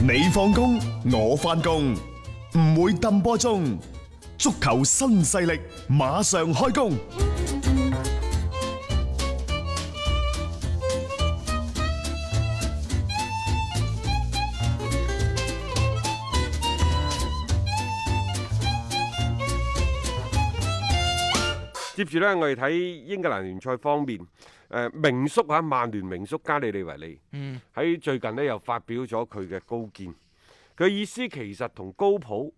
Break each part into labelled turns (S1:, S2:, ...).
S1: 你放工，我翻工，唔會抌波鐘。足球新勢力馬上開工。
S2: 接住呢，我哋睇英格蘭聯賽方面，誒、名宿嚇，曼聯名宿加里利維利，
S3: 嗯
S2: 喺、最近呢又發表咗佢嘅高見。佢意思其實同高普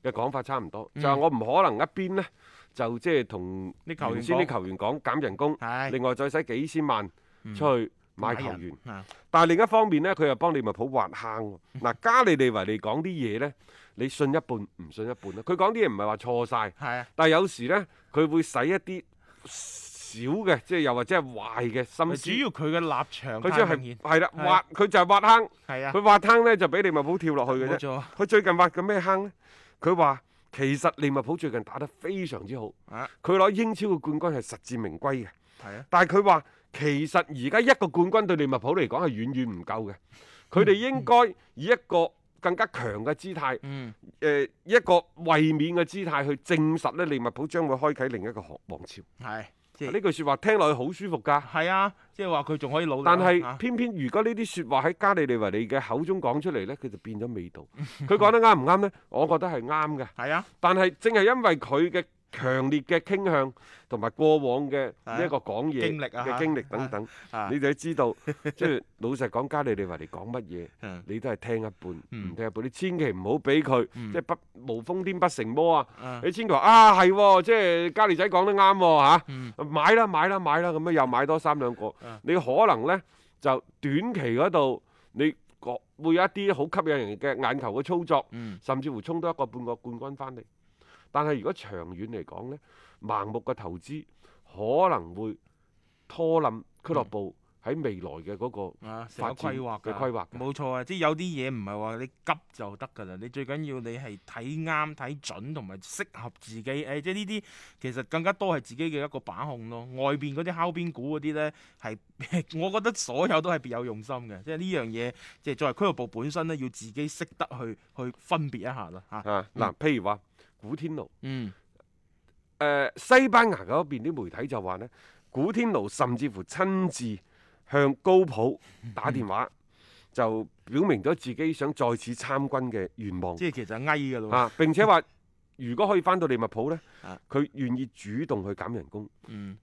S2: 嘅講法差唔多，就係我唔可能一邊呢，就即係同
S3: 嗯啲球員
S2: 原先啲
S3: 講
S2: 球員講減人工，
S3: 係嗯
S2: 另外再使幾千萬出去買球員。
S3: 啊，
S2: 但係另一方面呢，佢又幫利物浦挖坑喎。
S3: 嗯
S2: 嗱，加利利維利講啲嘢呢，你信一半唔信一半啦。佢講啲嘢唔係話錯晒。
S3: 係啊，
S2: 但係有時呢，佢會使一啲小嘅，即係又或者係壞嘅心思
S3: 主。要佢嘅立場
S2: 佢
S3: 太
S2: 將
S3: 明
S2: 係
S3: 顯，
S2: 係啦，
S3: 係
S2: 挖佢就係挖坑，
S3: 係啊，
S2: 佢挖坑呢就俾利物浦跳落去嘅
S3: 冇
S2: 啫。
S3: 錯
S2: 佢最近挖緊咩坑呢？佢話其實利物浦最近打得非常之好，
S3: 啊，
S2: 佢攞英超嘅冠軍係實至名歸嘅。
S3: 係啊，
S2: 但係佢話其實而家一個冠軍對利物浦嚟講係遠遠唔夠嘅，佢哋應該以一個更加強嘅姿態。
S3: 嗯，
S2: 誒、呃一個衛冕嘅姿態去證實咧，利物浦將會開啟另一個王王朝。
S3: 係，即
S2: 呢
S3: 係
S2: 句説話聽落去好舒服㗎，
S3: 係啊，即係話佢仲可以努力啊，
S2: 但係
S3: 啊
S2: 偏偏如果呢啲説話喺加里利維利嘅口中講出嚟呢，佢就變咗味 道。佢講得啱唔啱呢？我覺得係啱嘅，
S3: 係啊，
S2: 但係正係因為佢嘅強烈嘅傾向同埋過往嘅呢一個講嘢
S3: 經歷啊
S2: 嘅經歷等等，
S3: 啊
S2: 你，就知 道，即係老實講，加利利維利講乜嘢？
S3: 嗯
S2: 你都係聽一半，唔、
S3: 嗯
S2: 聽一半。你千祈唔好俾佢，
S3: 嗯
S2: 即係不無瘋癲不成魔啊！
S3: 啊
S2: 你千祈話啊係喎，即係嘉利仔講得啱喎嚇，
S3: 嗯，
S2: 買啦買啦買啦，咁樣又買多三兩個
S3: 啊，
S2: 你可能呢，就短期嗰度你覺會有一啲好吸引人嘅眼球嘅操作，
S3: 嗯，
S2: 甚至乎衝多一個半個冠軍翻嚟。但係如果長遠嚟講呢，盲目嘅投資可能會拖冧俱樂部喺未來嘅嗰、個。
S3: 啊，成個
S2: 發展
S3: 規劃
S2: 嘅
S3: 㗎
S2: 規劃㗎
S3: 冇錯啊，即係有啲嘢唔係話你急就得㗎啦，你最緊要你係睇啱、睇準同埋適合自己，誒、即係呢啲其實更加多係自己嘅一個把控咯。外邊嗰啲敲邊鼓嗰啲咧，係 我覺得所有都係別有用心嘅，即係呢樣嘢，即係作為俱樂部本身咧，要自己識得去去分別一下啦嚇。
S2: 啊，嗱，譬如話古天奴，誒、
S3: 嗯，
S2: 呃西班牙嗰邊啲媒體就話呢，古天奴甚至乎親自向高普打電
S3: 嗯
S2: 話，就表明咗自己想再次參軍嘅願望
S3: 即係其實係翳㗎咯喎。
S2: 啊，並且話如果可以翻到利物浦呢
S3: 啊，
S2: 佢願意主動去減人工。誒、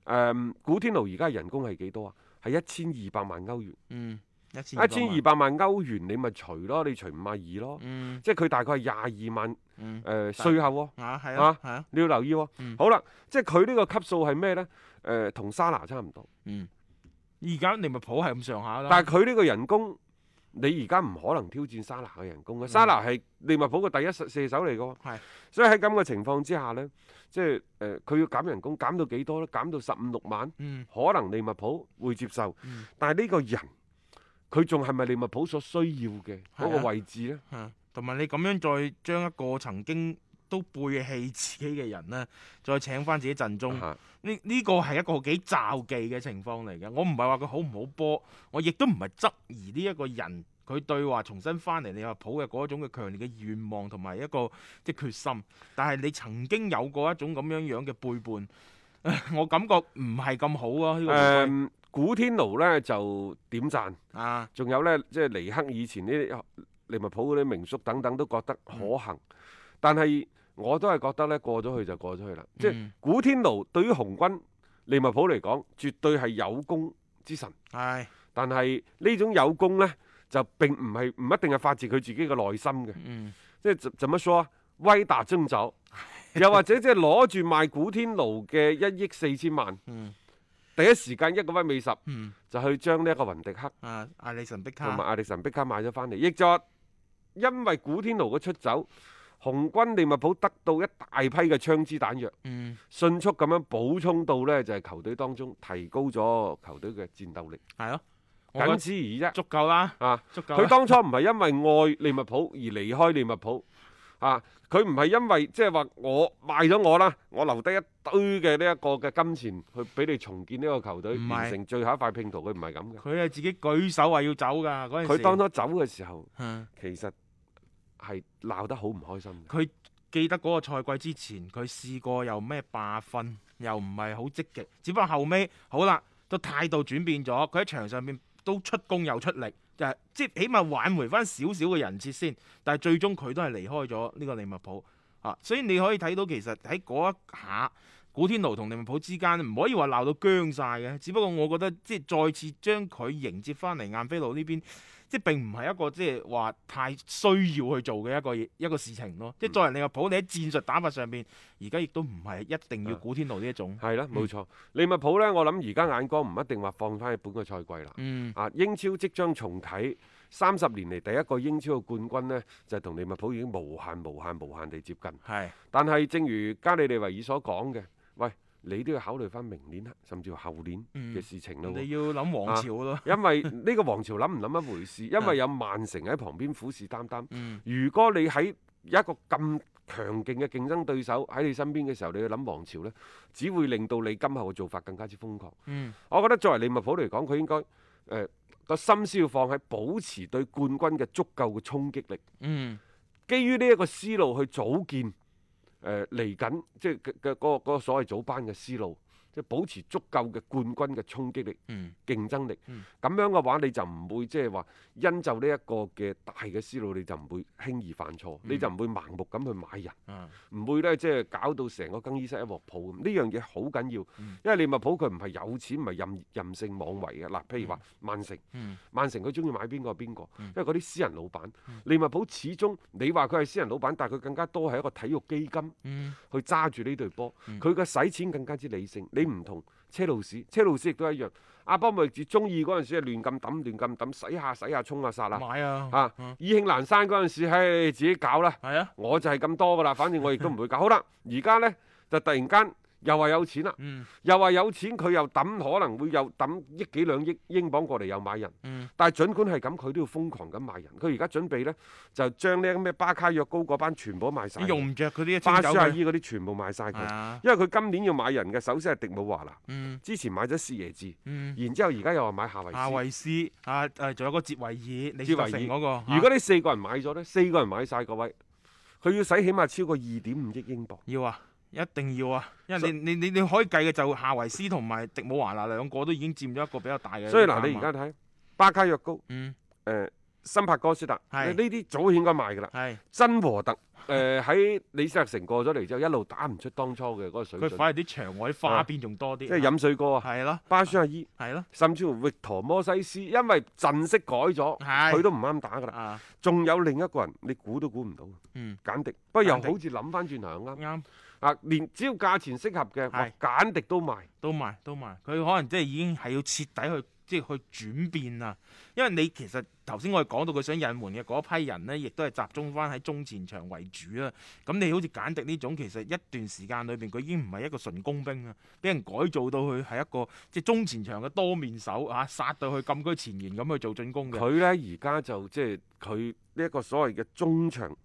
S3: 嗯
S2: 古天奴而家人工係幾多啊？係一千二百萬歐元，
S3: 嗯，一千
S2: 一千二百萬歐元你咪除咯，你除五萬二咯，
S3: 嗯
S2: 即係佢大概係廿二萬誒、
S3: 嗯
S2: 税後喎。
S3: 啊係啊係啊
S2: 你要留意喎、
S3: 嗯
S2: 好啦，即係佢呢個級數係咩呢？誒、呃同沙拿差唔多，
S3: 嗯，而家利物浦係咁上下啦。
S2: 但係佢呢個人工，你而家唔可能挑戰沙拿嘅人工嘅。沙拿係利物浦嘅第一射射手嚟嘅喎，
S3: 嗯係
S2: 所以喺咁嘅情況之下呢，即係誒，呃佢、要減人工，減到幾多呢？減到十五六萬，
S3: 嗯
S2: 可能利物浦會接受，
S3: 嗯
S2: 但係呢個人。佢仲係咪利物浦所需要嘅嗰
S3: 係啊
S2: 個位置呢？
S3: 啊同埋你咁樣再將一個曾經都背棄自己嘅人咧，再請翻自己陣中，呢
S2: 啊
S3: 呢個係一個幾罩忌嘅情況嚟嘅。我唔係話佢好唔好波，我亦都唔係質疑呢一個人佢對話重新翻嚟利物浦嘅嗰種嘅強烈嘅願望同埋一個即係決心。但係你曾經有過一種咁樣樣嘅背叛， 我感覺唔係咁好啊。呢、個回歸
S2: 誒嗯古天奴呢就點贊，
S3: 啊，
S2: 仲有呢，即係尼克以前呢啲利物浦嗰啲名宿等等都覺得可行，但係我都係覺得呢，過咗去就過咗去啦。即係
S3: 嗯
S2: 古天奴對於紅軍利物浦嚟講，絕對係有功之臣，
S3: 係
S2: 但係呢種有功呢，就並唔係唔一定係發自佢自己嘅內心嘅，
S3: 嗯
S2: 即係怎怎麼說啊？威打爭走，又或者即係攞住賣古天奴嘅一億四千萬，
S3: 嗯
S2: 第一時間一個威美十
S3: 嗯
S2: 就去將呢一個雲迪克。
S3: 啊，艾利神碧
S2: 同
S3: 卡
S2: 埋。阿力神碧卡買咗翻嚟，亦就話因為古天奴嘅出走，紅軍利物浦得到一大批嘅槍支彈藥，
S3: 嗯
S2: 迅速咁樣補充到呢，就係、球隊當中提高咗球隊嘅戰鬥力，
S3: 係咯，我覺
S2: 僅
S3: 得
S2: 此而已啫。
S3: 足夠啦，
S2: 啊！
S3: 足夠啦。
S2: 佢當初唔係因為愛利物浦而離開利物浦，啊！佢唔係因為即係話我賣咗我啦，我留低一堆嘅呢一個嘅金錢去俾你重建呢個球隊，
S3: 唔係
S2: 完成最後一塊拼圖，佢唔係咁嘅。
S3: 佢係自己舉手話要走㗎嗰陣時。
S2: 佢當初走嘅時候，
S3: 嗯
S2: 其實係鬧得好唔開心嘅。
S3: 佢記得嗰個賽季之前，佢試過又咩罷訓，又唔係好積極。只不過後尾好啦，個態度轉變咗，佢喺場上面都出工又出力，就係即係起碼挽回翻少少嘅人設先。但係最終佢都係離開咗呢個利物浦啊，所以你可以睇到其實喺嗰一下。古天奴同利物浦之間唔可以話鬧到僵晒嘅，只不過我覺得即係再次將佢迎接翻嚟晏菲路呢邊，即係並唔係一個即係話太需要去做嘅一個一個事情咯。即係作為利物浦，你喺戰術打法上面，而家亦都唔係一定要古天奴呢一種。
S2: 係啦，冇錯。利物浦呢，我諗而家眼光唔一定話放翻喺本個賽季啦。
S3: 嗯，
S2: 啊，英超即將重啟，三十年嚟第一個英超嘅冠軍呢，就同利物浦已經無限、無限、無限地接近。
S3: 係
S2: 但係正如加里利維爾所講嘅，喂，你都要考慮翻明年甚至乎後年
S3: 嗯
S2: 嘅事情咯喎。啊
S3: 你要諗王朝咯。
S2: 因為呢個王朝諗唔諗一回事，因為有曼城喺旁邊虎視眈眈。
S3: 嗯
S2: 如果你喺一個咁強勁嘅競爭對手喺你身邊嘅時候，你去諗王朝呢，只會令到你今後嘅做法更加之瘋狂。
S3: 嗯
S2: 我覺得作為利物浦嚟講，佢應該誒個、心思要放喺保持對冠軍嘅足夠嘅衝擊力，
S3: 嗯
S2: 基於呢一個思路去組建誒嚟緊，即係嘅嘅嗰個嗰個所謂組班嘅思路，即係保持足夠嘅冠軍嘅衝擊力。
S3: 嗯
S2: 競爭力。咁、
S3: 嗯
S2: 樣嘅話，你就唔會即係話因就呢一個嘅大嘅思路，你就唔會輕易犯
S3: 嗯
S2: 錯，你就唔會盲目咁去買人，
S3: 啊
S2: 唔會呢即係搞到成個更衣室一鑊泡咁。呢樣嘢好緊要，
S3: 嗯
S2: 因為利物浦佢唔係有錢，唔係任任性妄為嘅。嗱，譬如話曼城，
S3: 嗯
S2: 曼城佢中意買邊個係邊個，因為嗰啲私人老闆。
S3: 嗯
S2: 利物浦始終你話佢係私人老闆，但係佢更加多係一個體育基金。
S3: 嗯
S2: 去揸住呢隊波，佢嘅使錢更加之理性。你唔同車路士，車路士亦都一樣。阿波莫治中意嗰陣時係亂咁抌，亂咁抌，使下使下衝下殺啦。
S3: 買啊
S2: 啊，意興闌珊嗰陣時，唉，自己搞啦。
S3: 係啊
S2: 我就係咁多噶啦，反正我亦都唔會搞。好啦，而家呢，就突然間又話有錢啦，
S3: 嗯
S2: 又話有錢，佢又抌可能會又抌億幾兩億英鎊過嚟又買人。
S3: 嗯
S2: 但係儘管係咁，佢都要瘋狂咁賣人。佢而家準備呢，就將呢咩巴卡約高嗰班全部都賣晒
S3: 你。用唔着嗰啲
S2: 巴
S3: 清
S2: 舒
S3: 走
S2: 亞
S3: 佢
S2: 伊嗰啲全部賣晒
S3: 係
S2: 佢，
S3: 啊
S2: 因為佢今年要買人嘅，首先係迪姆華拿，
S3: 嗯
S2: 之前買咗士耶治，
S3: 嗯。
S2: 然之後而家又話買夏
S3: 阿
S2: 維斯。
S3: 維斯啊誒，仲有個捷維爾，
S2: 捷
S3: 李斯
S2: 維
S3: 特
S2: 爾
S3: 城嗰個。啊
S2: 如果呢四個人買咗呢，四個人買晒各位，佢要使起碼超過二點五億英鎊。
S3: 要啊，一定要啊，因為你你你你可以計嘅就夏維斯同埋迪姆華拿兩個都已經佔咗一個比較大嘅。
S2: 所以嗱，你而家睇巴卡約高、誒、
S3: 嗯
S2: 森柏哥斯達，
S3: 係
S2: 呢啲早應該賣㗎啦。
S3: 係
S2: 真和特誒喺李斯特城過咗嚟之後，一路打唔出當初嘅嗰個水
S3: 佢
S2: 準，
S3: 反而啲場外啲花邊仲多啲，
S2: 即係飲水哥啊，
S3: 係咯
S2: 巴舒亞伊，
S3: 係咯
S2: 甚至乎域陀摩西斯，因為陣式改咗，
S3: 係
S2: 佢都唔啱打㗎啦。
S3: 啊
S2: 仲有另一個人，你估都估唔到，
S3: 嗯
S2: 簡迪。不過又
S3: 簡迪
S2: 好似諗翻轉頭又啱
S3: 啱
S2: 啊！連只要價錢適合嘅，哇
S3: 係
S2: 簡迪都賣。
S3: 都埋都埋，佢可能即係已經係要徹底去即係去轉變啦，因為你其實頭先我哋講到佢想引援嘅嗰批人呢，亦都係集中翻喺中前場為主啦。咁你好似簡迪呢種，其實一段時間裏邊佢已經唔係一個純工兵啊，俾人改造到佢係一個即係中前場嘅多面手啊，殺到去禁區前沿咁去做進攻嘅。
S2: 佢呢而家就即係佢呢一個所謂嘅中場，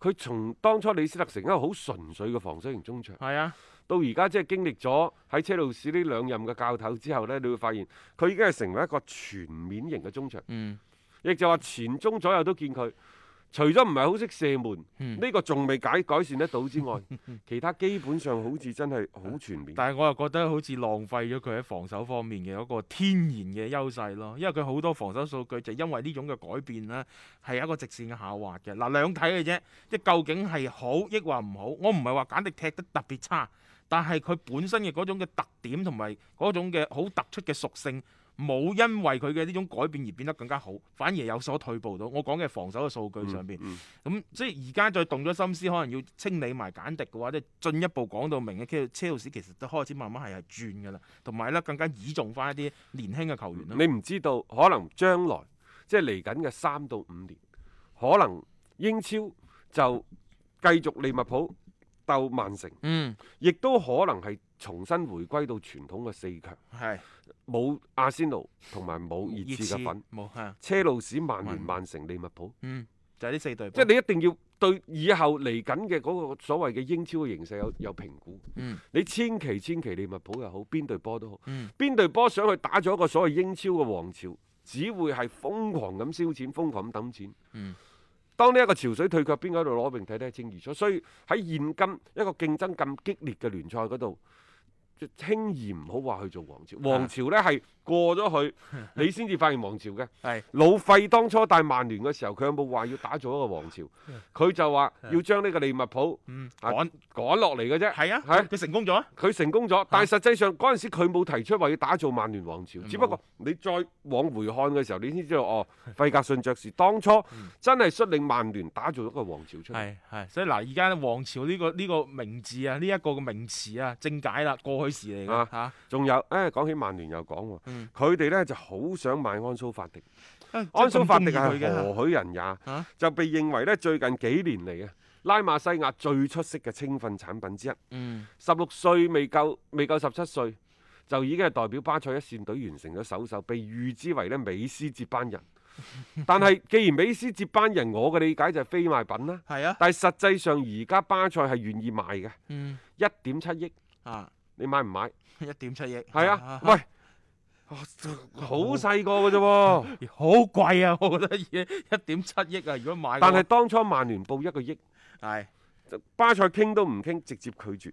S2: 佢從當初李斯特城一個好純粹嘅防守型中場，
S3: 係啊，
S2: 到而家即係經歷咗喺車路士呢兩任嘅教頭之後呢，你會發現佢已經係成為一個全面型嘅中場，
S3: 嗯
S2: 亦就話前中左右都見佢。除咗唔係好識射門，
S3: 嗯
S2: 呢、個仲未解改善得到之 外，其他基本上好似真係好全面。
S3: 但係我又覺得好似浪費咗佢喺防守方面嘅嗰個天然嘅優勢咯，因為佢好多防守數據就因為呢種嘅改變咧，係一個直線嘅下滑嘅。嗱，兩睇嘅啫，即係究竟係好抑或唔好。我唔係話簡直踢得特別差，但係佢本身嘅嗰種嘅特點同埋嗰種嘅好突出嘅屬性。冇因為佢嘅呢種改變而變得更加好，反而有所退步到。我講嘅係防守嘅數據上邊，
S2: 嗯
S3: 咁即係而家再動咗心思，可能要清理埋簡迪嘅話，即係進一步講到明嘅，車車路士其實都開始慢慢係係轉㗎啦，同埋咧更加倚重翻一啲年輕嘅球員啦。
S2: 你唔知道，可能將來即係嚟緊嘅三到五年，可能英超就繼續利物浦鬥曼城，
S3: 嗯，
S2: 亦都可能係重新回歸到傳統嘅四強，
S3: 係
S2: 冇阿仙奴同埋冇熱刺嘅
S3: 粉
S2: 份，
S3: 冇係啊，
S2: 車路士、曼聯、
S3: 嗯
S2: 曼城、利物浦，
S3: 嗯，就係呢四隊
S2: 即
S3: 波。
S2: 係你一定要對以後嚟緊嘅嗰個所謂嘅英超嘅形勢有有評估。
S3: 嗯
S2: 你千祈千祈利物浦又好，邊隊波都好，
S3: 嗯
S2: 邊隊波想去打咗一個所謂英超嘅王朝，只會係瘋狂咁燒錢，瘋狂咁抌錢。
S3: 嗯
S2: 當呢一個潮水退卻，邊個喺度攞並睇得一清二楚。所以喺現今一個競爭咁激烈嘅聯賽嗰度，即係輕易唔好話去做王朝。王朝呢係過咗去，你先至發現王朝嘅。
S3: 嗯係
S2: 老費當初帶曼聯嘅時候，佢有冇話要打造一個王朝？佢就話要將呢個利物浦
S3: 嗯
S2: 啊
S3: 趕
S2: 趕落嚟嘅啫。
S3: 係啊，
S2: 係
S3: 佢成功咗啊，
S2: 佢成功咗，但係實際上嗰陣時佢冇提出話要打造曼聯王
S3: 嗯
S2: 朝，只不過你再往回看嘅時候，你先知道哦，
S3: 嗯
S2: 費格遜爵士當初真係率領曼聯打造一個王朝出嚟。
S3: 係係，所以嗱，而家王朝呢、個呢、個名字啊，呢、一個嘅名詞啊，正解啦，過去時嚟
S2: 啊
S3: 嘅嚇。
S2: 仲有，誒、講起曼聯又講
S3: 嗯
S2: 喎，佢哋呢就好想買安蘇法迪，安
S3: 安
S2: 蘇法迪啊哦係
S3: 嘅，
S2: 何許人也？
S3: 啊
S2: 就被認為呢最近幾年嚟啊，拉馬西亞最出色嘅青訓產品之一。
S3: 嗯，
S2: 十六歲未夠未夠十七歲，就已經係代表巴塞一線隊完成咗首秀，被預知為咧美斯接班人。但係既然美斯接班人，我嘅理解就係非賣品啦。
S3: 係啊，
S2: 但係實際上而家巴塞係願意賣嘅，
S3: 嗯
S2: 一點七億，
S3: 啊，
S2: 你買唔買？
S3: 一點七億，
S2: 係 啊，喂，
S3: 啊
S2: 好細個嘅啫喎。
S3: 好貴啊！我覺得一點七億啊，如果買嘅話，
S2: 但係當初曼聯報一個億，
S3: 係
S2: 巴塞傾都唔傾，直接拒絕。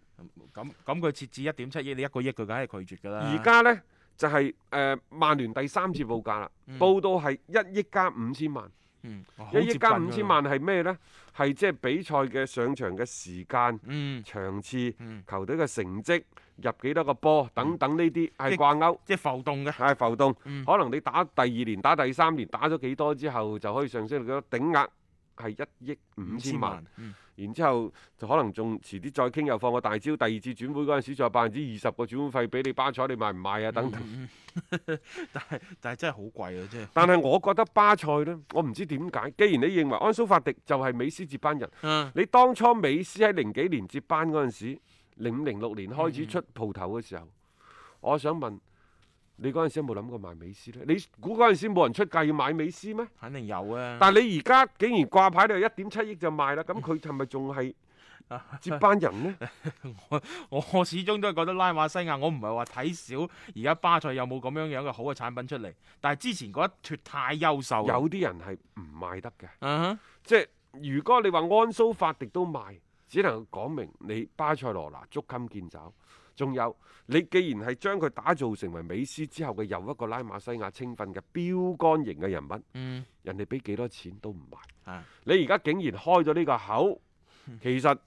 S3: 咁咁，佢設置一點七億，你一個億佢梗係拒絕㗎啦。
S2: 而家呢，就係、誒曼聯第三次報價啦，
S3: 嗯
S2: 報到係一億加五千萬。
S3: 嗯，好
S2: 一億加
S3: 接近
S2: 五
S3: 㗎
S2: 千
S3: 啦，
S2: 萬係咩呢？係即係比賽嘅上場嘅時間、
S3: 嗯
S2: 場次、
S3: 嗯，
S2: 球隊嘅成績、入幾多個波等等呢啲係
S3: 即
S2: 掛鈎。
S3: 即係浮動嘅。
S2: 係浮動，
S3: 嗯
S2: 可能你打第二年、打第三年，打咗幾多之後就可以上升到幾多頂額係一億五千萬，，
S3: 嗯，
S2: 然之後就可能仲遲啲再傾，又放個大招。第二次轉會嗰陣時，再有百分之二十個轉會費俾你巴塞，你賣唔賣啊？等等。
S3: 嗯，嗯嗯但係但係真係好貴啊，真係。
S2: 但係我覺得巴塞呢，我唔知點解，既然你認為安蘇法迪就係美斯接班人。
S3: 嗯，
S2: 你當初美斯喺零幾年接班嗰陣時，零五零六年開始出鋪頭嘅時候，我想問你嗰陣時有冇諗過買美斯呢？你估嗰陣時冇人出價要買美斯咩？
S3: 肯定有啊。
S2: 但係你而家竟然掛牌你一點七億就賣啦，咁佢係咪仲係接班人呢？
S3: 我我 始終都係覺得拉馬西亞，我唔係話睇少而家巴塞有冇咁樣樣嘅好嘅產品出嚟，但係之前嗰一脱太優秀啊啦。
S2: 有啲人係唔賣得嘅，
S3: 嗯哼
S2: 即係如果你話安蘇法迪都賣，只能講明你巴塞羅那捉襟見肘。仲有，你既然係將佢打造成為美斯之後嘅又一個拉馬西亞青訓嘅標杆型嘅人物，
S3: 嗯
S2: 人哋俾幾多錢都唔買。
S3: 啊
S2: 你而家竟然開咗呢個口，其實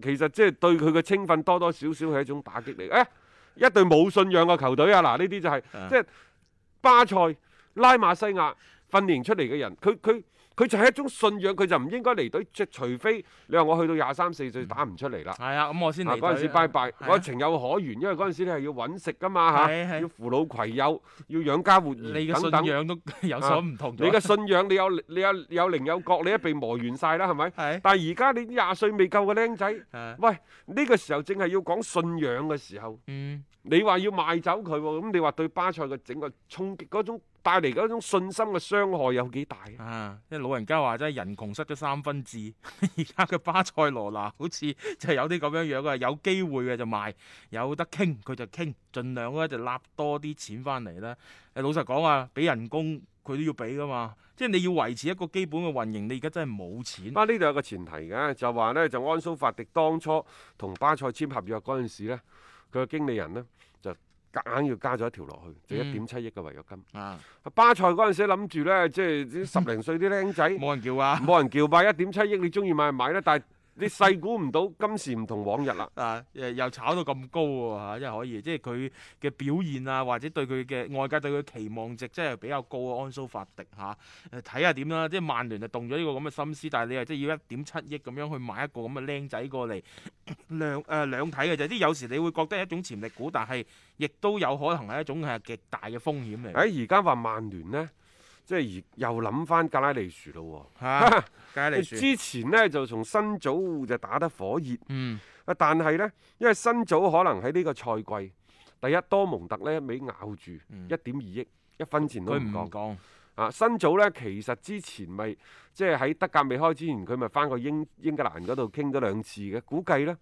S2: 其實即係對佢嘅青訓多多少少係一種打擊嚟。誒、一隊冇信仰嘅球隊啊！嗱，呢啲就係、
S3: 啊
S2: 即係巴塞、拉馬西亞訓練出嚟嘅人，佢佢佢就係一種信仰，佢就唔應該離隊。即係除非你話我去到廿三四歲打唔出嚟啦。
S3: 係啊，咁我嗯先
S2: 嗱
S3: 嚟
S2: 嗰陣時拜拜，
S3: 係啊
S2: 我情有可原，因為嗰陣時你係要揾食噶嘛嚇，
S3: 係係
S2: 要扶老攜幼，要養家活
S3: 你
S2: 兒
S3: 嘅
S2: 等等
S3: 信。仰都 有所唔同啊
S2: 你
S3: 咗。
S2: 嘅信仰，你有你有有靈有覺，你一被磨完晒啦，係咪？
S3: 係啊
S2: 但係而家你廿歲未夠嘅僆仔，
S3: 誒
S2: 喂，呢、個時候正係要講信仰嘅時候，
S3: 嗯
S2: 你話要賣走佢喎，咁你話對巴塞嘅整個衝擊嗰種帶嚟嗰種信心嘅傷害有幾大啊？
S3: 啊，即係老人家話真係人窮失咗三分智， 而家嘅巴塞羅那 好似就係有啲咁樣樣嘅，有機會嘅就賣，有得傾佢就傾，盡量咧就揦多啲錢翻嚟啦。誒老實講啊，俾人工佢都要俾噶嘛，即係你要維持一個基本嘅運營，你而家真係冇錢
S2: 不。啊過呢度有個前提嘅，就話呢，就安蘇法迪當初同巴塞簽合約嗰陣時咧，佢嘅經理人呢，就夾硬要加咗一條落去，就一
S3: 嗯
S2: 點七億嘅違約金。
S3: 啊，
S2: 巴塞嗰陣時諗住呢，即係啲十零歲啲僆仔。
S3: 冇人叫啊，
S2: 冇人叫買一點七億，你中意買就買啦。但係你細估唔到今時唔同往日啦。
S3: 啊誒又炒到咁高喎、嚇，真係可以，即係佢嘅表現啊，或者對佢嘅外界對佢嘅期望值真係比較高啊。安蘇法迪嚇，誒睇下點啦，即係曼聯就動咗呢個咁嘅心思，但係你又即係要一點七億咁樣去買一個咁嘅僆仔過嚟， 兩誒、兩睇嘅啫，即係有時你會覺得係一種潛力股，但係亦都有可能係一種係極大嘅風險嚟。
S2: 喺而家話曼聯呢，即係而又諗翻格拉利樹咯
S3: 嚇， 梗
S2: 喎。
S3: 係你輸，
S2: 之前呢，就從新組就打得火熱，
S3: 嗯
S2: 啊但係呢，因為新組可能喺呢個賽季第一多蒙特呢，尾咬住
S3: 嗯
S2: 一點二億。一分錢都
S3: 佢
S2: 唔
S3: 唔
S2: 講
S3: 講，
S2: 啊！新組呢，其實之前咪即係喺德甲未開之前，佢咪翻過英英格蘭嗰度傾咗兩次嘅。估計呢，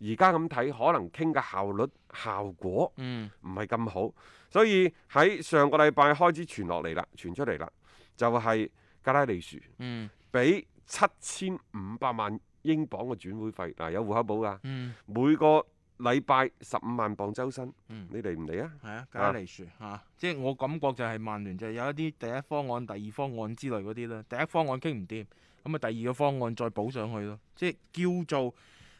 S2: 而家咁睇，可能傾嘅效率效果
S3: 嗯
S2: 唔係咁好，所以喺上個禮拜開始傳落嚟啦，傳出嚟啦，就係、格拉利樹
S3: 嗯
S2: 俾七千五百萬英鎊嘅轉會費，嗱、有户口簿㗎，
S3: 嗯，
S2: 每個禮拜十五萬磅周薪，
S3: 嗯
S2: 你嚟唔嚟啊？
S3: 係啊，加利樹嚇、啊即係我感覺就係曼聯就有一啲第一方案、第二方案之類嗰啲啦。第一方案傾唔掂，咁啊第二個方案再補上去咯，即係叫做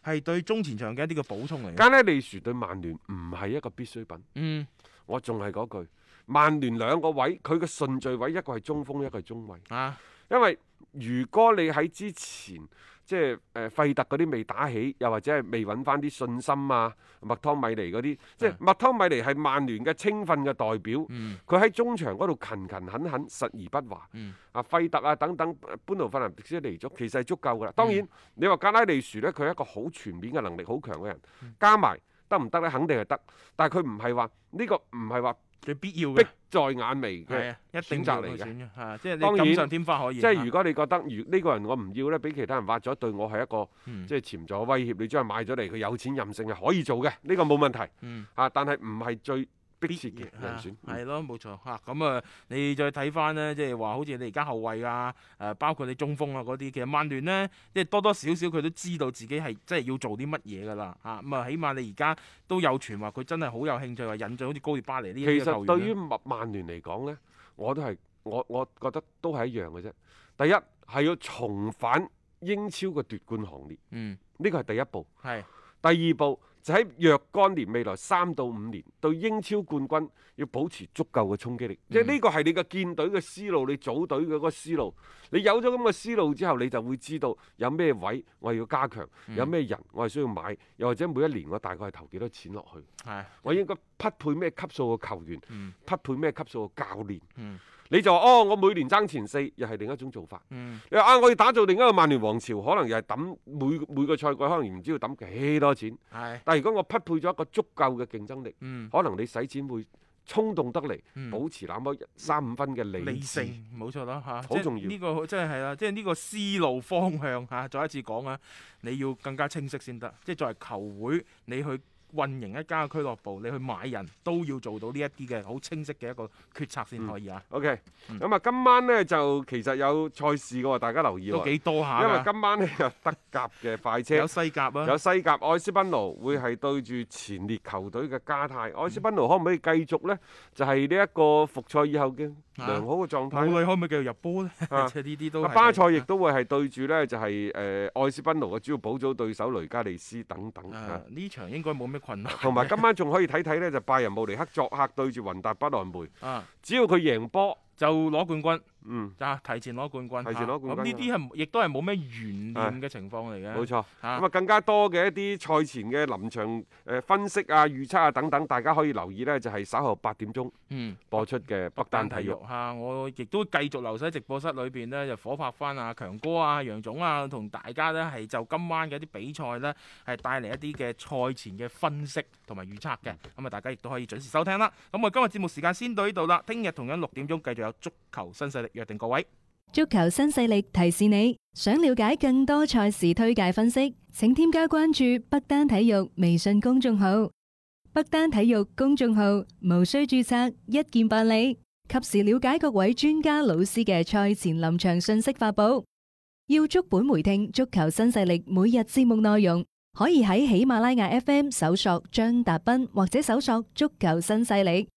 S3: 係對中前場嘅一啲嘅補充嚟嘅。
S2: 加拉利殊對曼聯唔係一個必需品，
S3: 嗯，
S2: 我仲係嗰句，曼聯兩個位，佢嘅順序位一個係中鋒，一個係中衞。
S3: 啊，
S2: 因為如果你喺之前即係誒費特嗰啲未打起，又或者係未揾翻啲信心啊，麥湯米尼嗰啲，即係麥湯米尼係曼聯嘅青訓嘅代表，
S3: 嗯
S2: 佢喺中場嗰度勤勤懇懇，實而不華。
S3: 嗯
S2: 啊，費特啊等等，班奴費南迪斯嚟咗，其實係足夠噶啦。當然，你話加拉利殊呢，佢係一個好全面嘅能力好強嘅人，加埋得唔得呢？肯定係得，但係佢唔係話呢個唔係話
S3: 最必要
S2: 迫
S3: 嘅啊
S2: 在眼眉嘅。
S3: 係啊，一定
S2: 選
S3: 要
S2: 擇
S3: 佢
S2: 嚟嘅
S3: 選嘅嚇，即係
S2: 當
S3: 你
S2: 然
S3: 錦上添花可以。
S2: 即係
S3: 啊
S2: 如果你覺得如呢個人我唔要呢，俾其他人挖咗，對我係一個
S3: 嗯
S2: 即係潛在嘅威脅。你將佢買咗嚟，佢有錢任性係可以做嘅，呢個冇問題
S3: 嗯。
S2: 啊。但係唔係最迫切嘅
S3: 必
S2: 人
S3: 啊
S2: 選。
S3: 係咯，冇錯嚇。咁啊，你再睇翻呢，即係話好似你而家後衞啊，誒，包括你中鋒啊嗰啲，其實曼聯呢，即係多多少少佢都知道自己係即係要做啲乜嘢㗎啦嚇。咁啊，起碼你而家都有傳話佢真係好有興趣話引進好似高列巴黎呢
S2: 其
S3: 啲
S2: 實
S3: 嘅球
S2: 對
S3: 員
S2: 於
S3: 呢。
S2: 曼曼聯嚟講呢，我都係我我覺得都係一樣嘅啫。第一係要重返英超嘅奪冠行列，
S3: 嗯，
S2: 呢個係第一步。
S3: 係
S2: 第二步就喺若干年未來三到五年對英超冠軍要保持足夠嘅衝擊力，即係呢個係你嘅建隊嘅思路，你組隊嘅嗰個思路。你有咗咁嘅思路之後，你就會知道有咩位我係要加強，有咩人我係需要買，又或者每一年我大概係投幾多錢落去。
S3: 係
S2: 我應該匹配咩級數嘅球員，
S3: 嗯
S2: 匹配咩級數嘅教練。
S3: 嗯
S2: 你就話哦，我每年爭前四，又係另一種做法。
S3: 嗯
S2: 你話啊，我要打造另一個曼聯王朝，可能又係抌每每個賽季，可能唔知要抌幾多錢。
S3: 係
S2: 但係如果我匹配咗一個足夠嘅競爭力，
S3: 嗯
S2: 可能你使錢會衝動得嚟，
S3: 嗯
S2: 保持那麼一三五分嘅
S3: 理
S2: 理智。
S3: 性冇錯啦嚇，
S2: 好
S3: 即係
S2: 重要
S3: 呢個真係係啦，即係呢個思路方向嚇，再一次講啊，你要更加清晰先得。即係作為球會，你去運營一家俱樂部，你去買人都要做到呢一啲嘅好清晰嘅一個決策
S2: 嗯
S3: 先可以啊。
S2: OK，咁啊、今晚呢，就其實有賽事嘅喎，大家留意
S3: 都
S2: 喎。
S3: 幾多下
S2: 啊因為
S3: 㗎，
S2: 今晚呢，有德甲嘅快車
S3: 有。西甲啊
S2: 有，西甲愛斯賓奴會係對住前列球隊嘅加泰，愛
S3: 嗯
S2: 斯賓奴可唔可以繼續呢？就係呢一個復賽以後嘅
S3: 啊
S2: 良好嘅狀態
S3: 武
S2: 呢。
S3: 磊可唔可以繼續入波咧？ 即
S2: 啊
S3: 係呢啲都係啊
S2: 巴塞亦都會係對住呢，就係誒愛斯賓奴嘅主要補組對手雷加利斯等等啊
S3: 啊呢場應該冇咩困難
S2: 同埋今晚仲可以睇睇呢，就拜仁慕尼克作客對住雲達不萊梅，
S3: 啊，
S2: 只要佢贏波，
S3: 就攞冠軍。
S2: 嗯，
S3: 啊！提前攞冠軍，啊
S2: 提前攞冠軍
S3: 咁呢啲係亦都係冇咩懸念嘅情況嚟嘅。
S2: 冇錯。
S3: 啊
S2: 咁啊，更加多嘅一啲賽前嘅臨場誒分析啊、預測啊等等，大家可以留意呢，就係稍後八點鐘
S3: 嗯。
S2: 播出嘅北單體育。
S3: 嚇、我亦都繼續留喺直播室裏邊呢，就火拍翻啊強哥啊、楊總啊，同大家呢係就今晚嘅一啲比賽呢，係帶嚟一啲嘅賽前嘅分析同埋預測嘅。咁啊，大家亦都可以準時收聽啦。咁啊我今日節目時間先到呢度啦，聽日同樣六點鐘繼續有足球新勢力，約定各位。
S4: 足球新勢力提示你，想了解更多賽事推介分析，請添加關注北單體育微信公眾號。北單體育公眾號無需註冊，一鍵辦理，及時了解各位專家老師嘅賽前臨場信息發布。要足本回聽足球新勢力每日節目內容，可以喺喜馬拉雅 FM 搜索張達斌或者搜索足球新勢力。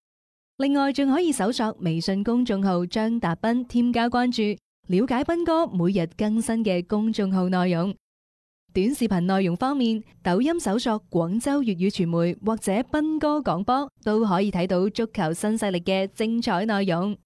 S4: 另外，仲可以搜索微信公眾號張達斌，添加關注。了解斌哥每日更新嘅公眾號內容。短視頻內容方面，抖音搜索廣州粵語傳媒或者斌哥廣播，都可以睇到足球新勢力嘅精彩內容。